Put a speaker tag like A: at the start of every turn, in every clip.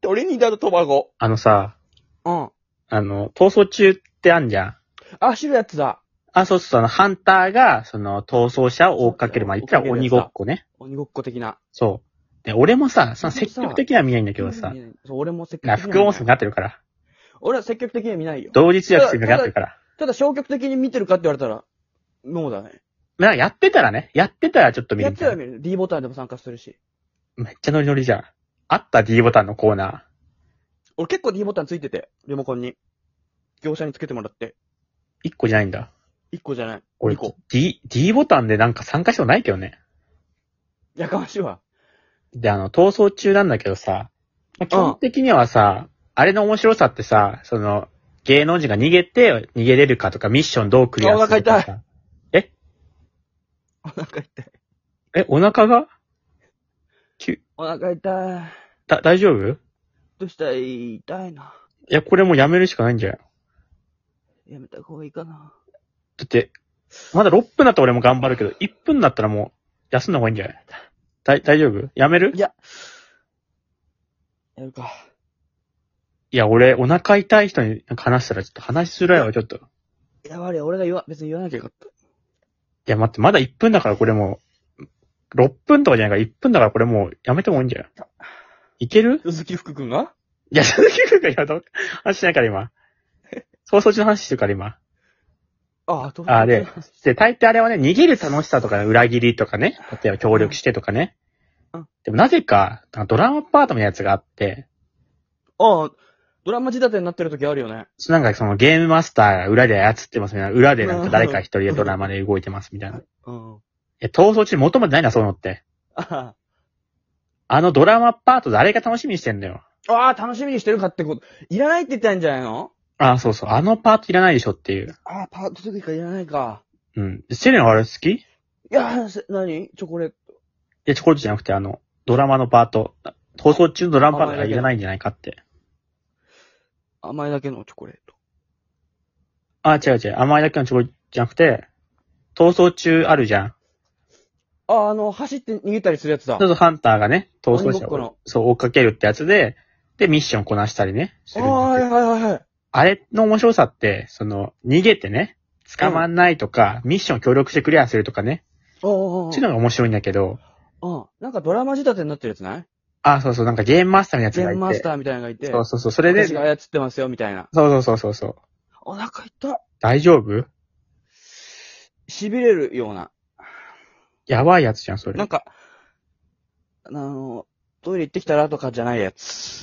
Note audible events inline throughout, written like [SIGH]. A: トリニダード・トバゴ。
B: あのさ、
A: うん。
B: あの、逃走中ってあんじゃん。
A: あ、知るやつだ。
B: あ、そうそう、あの、ハンターが、その、逃走者を追っかける。まあ、言ったら鬼ごっこね。
A: 鬼ごっこ的な。
B: そう。で、俺もさ、その積極的には見ないんだけどさ、
A: そう、俺も積極
B: な
A: 的に
B: 副音声に
A: な
B: ないってるから。
A: 俺は積極的には見ないよ。
B: 同日約束になってるから。
A: ただ消極的に見てるかって言われたら、ノーだね。
B: まあ、やってたらね、やってたらちょっと見
A: や
B: る
A: っ
B: み
A: て
B: た
A: はい
B: な。
A: 見る。D ボタンでも参加するし。
B: めっちゃノリノリじゃん。あった D ボタンのコーナ
A: 俺結構 D ボタンついてて、リモコンに。業者につけてもらって。
B: ー。1個じゃないんだ。
A: 1個じゃない。
B: 俺
A: 2個。、
B: D、D ボタンでなんか参加したことないけどね。
A: やかましいわ。
B: で、あの、逃走中なんだけどさ、まあ基本的にはさ、あれの面白さってさ、その、芸能人が逃げて、逃げれるかとか、ミッションどうクリアする
A: あお
B: か
A: 腹
B: さ。
A: お腹痛い。
B: え、お腹が
A: お腹痛い。
B: だ、大丈夫い
A: どうしたらいい痛いな。
B: や、これもうやめるしかないんじゃん。だ
A: やめた方がいいかな。
B: って、まだ6分だったら俺も頑張るけど、1分だったらもう、休んだ方がいいんじゃないだ、大丈夫やめる
A: いや。やるか。
B: いや、俺、お腹痛い人になんか話したら、ちょっと話しづらいわ、ちょっと。い
A: いや、悪い。俺が言わ、別に言わなきゃよかっ
B: や、待って、まだ1分だからこれもう、6分とかじゃないから、1分だからこれもう、やめてもいいんじゃないいける
A: た。鈴木福君が
B: いや、鈴木くんが今どう、話しないから今。放送中の話してるから今。
A: ああ、どう
B: あでで、大抵あれはね、逃げる楽しさとか、裏切りとかね、例えば協力してとかね
A: うん。
B: でもなぜか、なんかドラマパートみたいなやつがあって、
A: ああ、ドラマ仕立てになってる時あるよね。
B: そなんかそのゲームマスターが裏で操ってますみたいな、裏でなんか誰か一人でドラマで動いてますみたいな。い
A: うん。あ
B: や、逃走中元までないな、そういうのって。
A: [LAUGHS] あ、
B: あのドラマパート誰が楽しみにしてんだよ。
A: ああ楽しみにしてるかってこと。いらないって言ったんじゃないの
B: あそうそう。あのパートいらないでしょっていう。
A: ああ、パート2かいらないか。
B: うん。セレンはあれ好きい
A: いやー、せ何チョコレート。
B: や、チョコレートじゃなくて、あの、ドラマのパート。逃走中のドラマパートがいらないんじゃないかって。
A: 甘いだけのチョコレート。
B: あ、違う違う。甘いだけのチョコじゃなくて、逃走中あるじゃん。
A: ああ、あの、走って逃げたりするやつだ
B: そう。そう、ハンターがね、逃走
A: 鬼ご
B: 者
A: っこ
B: を
A: の、
B: そう、追っかけるってやつで、で、ミッションこなしたりね、す
A: あ
B: るんだけど
A: あ、はいはいはい。
B: あれの面白さって、その、逃げてね、捕まんないとか、ミッション協力してクリアするとかね、
A: お
B: そう
A: う
B: いうのが面白いんだけど、
A: おううん。なんかドラマ仕立てになってるやつない
B: あ、そうそう、なんかゲームマスターみたい
A: ゲー
B: なやつ
A: ムマ
B: がいて
A: ス。ターみたいなのがいて。
B: そうそうそう、それで、
A: 私が
B: そう
A: 操ってますよ、みたいな。
B: そうそうそうそう。
A: お腹痛い。
B: 大丈夫
A: 痺れるような。
B: やばいやつじゃん、それ。
A: なんか、あの、トイレ行ってきたらとかじゃないやつ。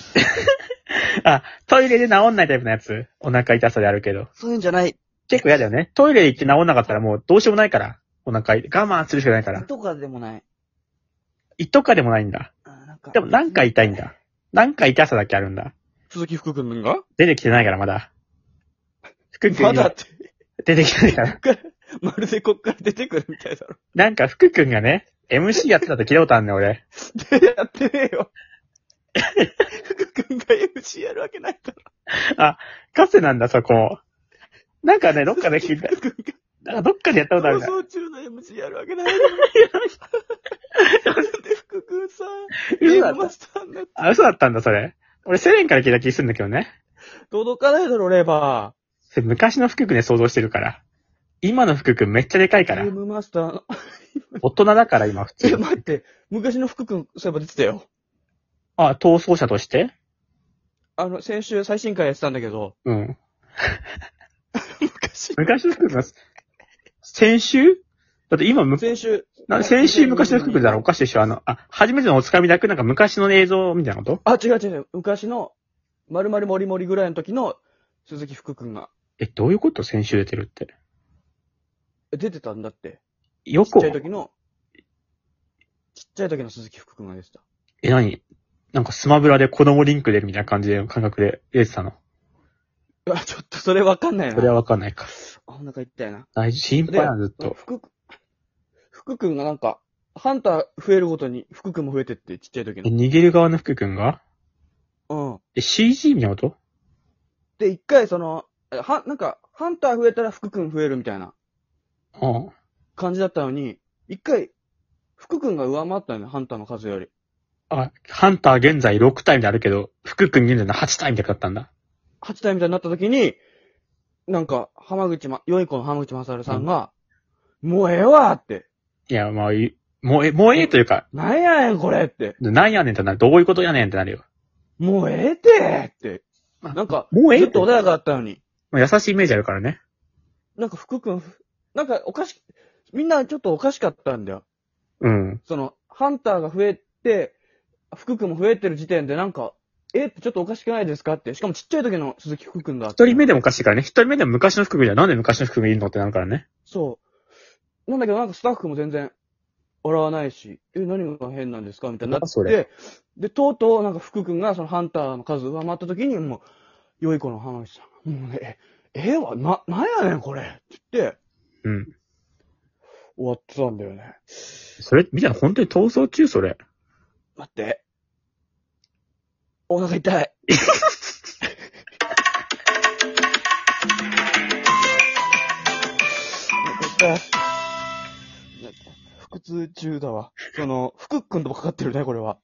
B: あ、トイレで治んないタイプのやつ。お腹痛さであるけど。
A: [LAUGHS] そういうんじゃない。
B: 結構嫌だよね。トイレ行って治んなかったらもうどうしようもないから。お腹痛い、我慢するしかないから。
A: とかでもない。
B: 胃とかでもないんだ。
A: あなんか
B: でもなんか痛いん。だ。なんか痛さだけあるんだ。
A: 鈴木福君が
B: 出てきてないからまだ。福君
A: まだ
B: 今
A: って、
B: 出てきてないから。
A: まるでこっから出てくるみたいだろ。
B: なんか福君がね、MC やってたって聞いたことあんねん、俺。
A: でやってねえよ。福君が MC やるわけないだろ。
B: かつてなんだ、そこ。なんかね、どっかで聞いた。
A: 福君
B: なんかどっかでやったことあ
A: が
B: る
A: 放
B: な。
A: 送中の MC やるわけないだろ。なんで福君さ、ゲ
B: 嘘
A: ー
B: だっ
A: ムマ
B: た。
A: スターになって
B: あ、嘘だったんだ、それ。俺、セレンから聞いた気するんだけどね。
A: 届かないだろ、レバー。
B: それ昔の福君で想像してるから。今の福君めっちゃでかいから
A: ゲー。ムマスターの。
B: 大人だから今、普
A: い
B: 通
A: や、。待って、昔の福君、そういえば出てたよ。
B: あ、逃走者として
A: あの、先週最新回やってたんだけど、
B: うん。
A: 昔、
B: 昔の福君が、先週だって今、む
A: 先週、
B: な先週昔の福君だろおかしいでしょあの、あ、初めてのおつかみだけなんか昔の映像みたいなこと
A: あ、違う違う違う、昔の、まるまるもりもりぐらいの時の鈴木福君が
B: え、どういうこと先週出てるって。
A: 出てたんだって。
B: よ
A: ち
B: く
A: っちゃい、時の、ちっちゃい時の鈴木福君が出てた。
B: え、なになんかスマブラで子供リンク出るみたいな感じで、感覚で出てたの。
A: うわ、ちょっとそれわかんないな。
B: それはわかんないか。
A: あ、お腹痛いな。
B: 大事、心配なのずっと。
A: 福、福君がなんか、ハンター増えるごとに福君も増えてって、ちっちゃい時
B: え、
A: の。
B: 逃げる側の福君が
A: うん。
B: え、CG みたいなこと
A: で、一回その、えは、なんか、ハンター増えたら福君増えるみたいな。
B: うん。
A: 感じだったのに、一回、福君が上回ったのね、ハンターの数より。
B: あ、ハンター現在6体みたいなのあるけど、福君現在の8体みたいなのだったんだ。
A: 8体みたいになった時に、なんか、浜口ま、良い子の浜口正さんが、もうええわって、
B: いや、まあ、いもうえ、もうええというか、
A: なんやねんこれって、
B: なんやねんってなる、どういうことやねんってなるよ。
A: もうええてって。
B: まあ
A: なんか、
B: もうええ
A: ず
B: っ
A: ってと穏やかだったのに。
B: まあ優しいイメージあるからね。
A: なんか福くん、なんかおかし、みんなちょっとおかしかったんだよ。
B: うん。
A: その、ハンターが増えて、福くんも増えてる時点でなんか、えってちょっとおかしくないですかって。しかもちっちゃい時の鈴木福くんだ。
B: 一人目でもおかしいからね。一人目でも昔の福君じゃなんで昔の福君いるのってなるからね。
A: そう。なんだけどなんかスタッフも全然、笑わないし、え、何が変なんですかみたいにな
B: なんだそ
A: っ
B: れ
A: て、で、とうとうなんか福くんがそのハンターの数上回った時に、もう、良い子の浜口さん、もうね、え、ええわ、な、なんやねんこれって言って、
B: うん。
A: 終わってたんだよね。
B: それ、みたいな、本当に逃走中それ。
A: 待って。お腹 [LAUGHS] 痛い。お腹痛い腹痛中だわ。その、福くんともかかってるね、これは。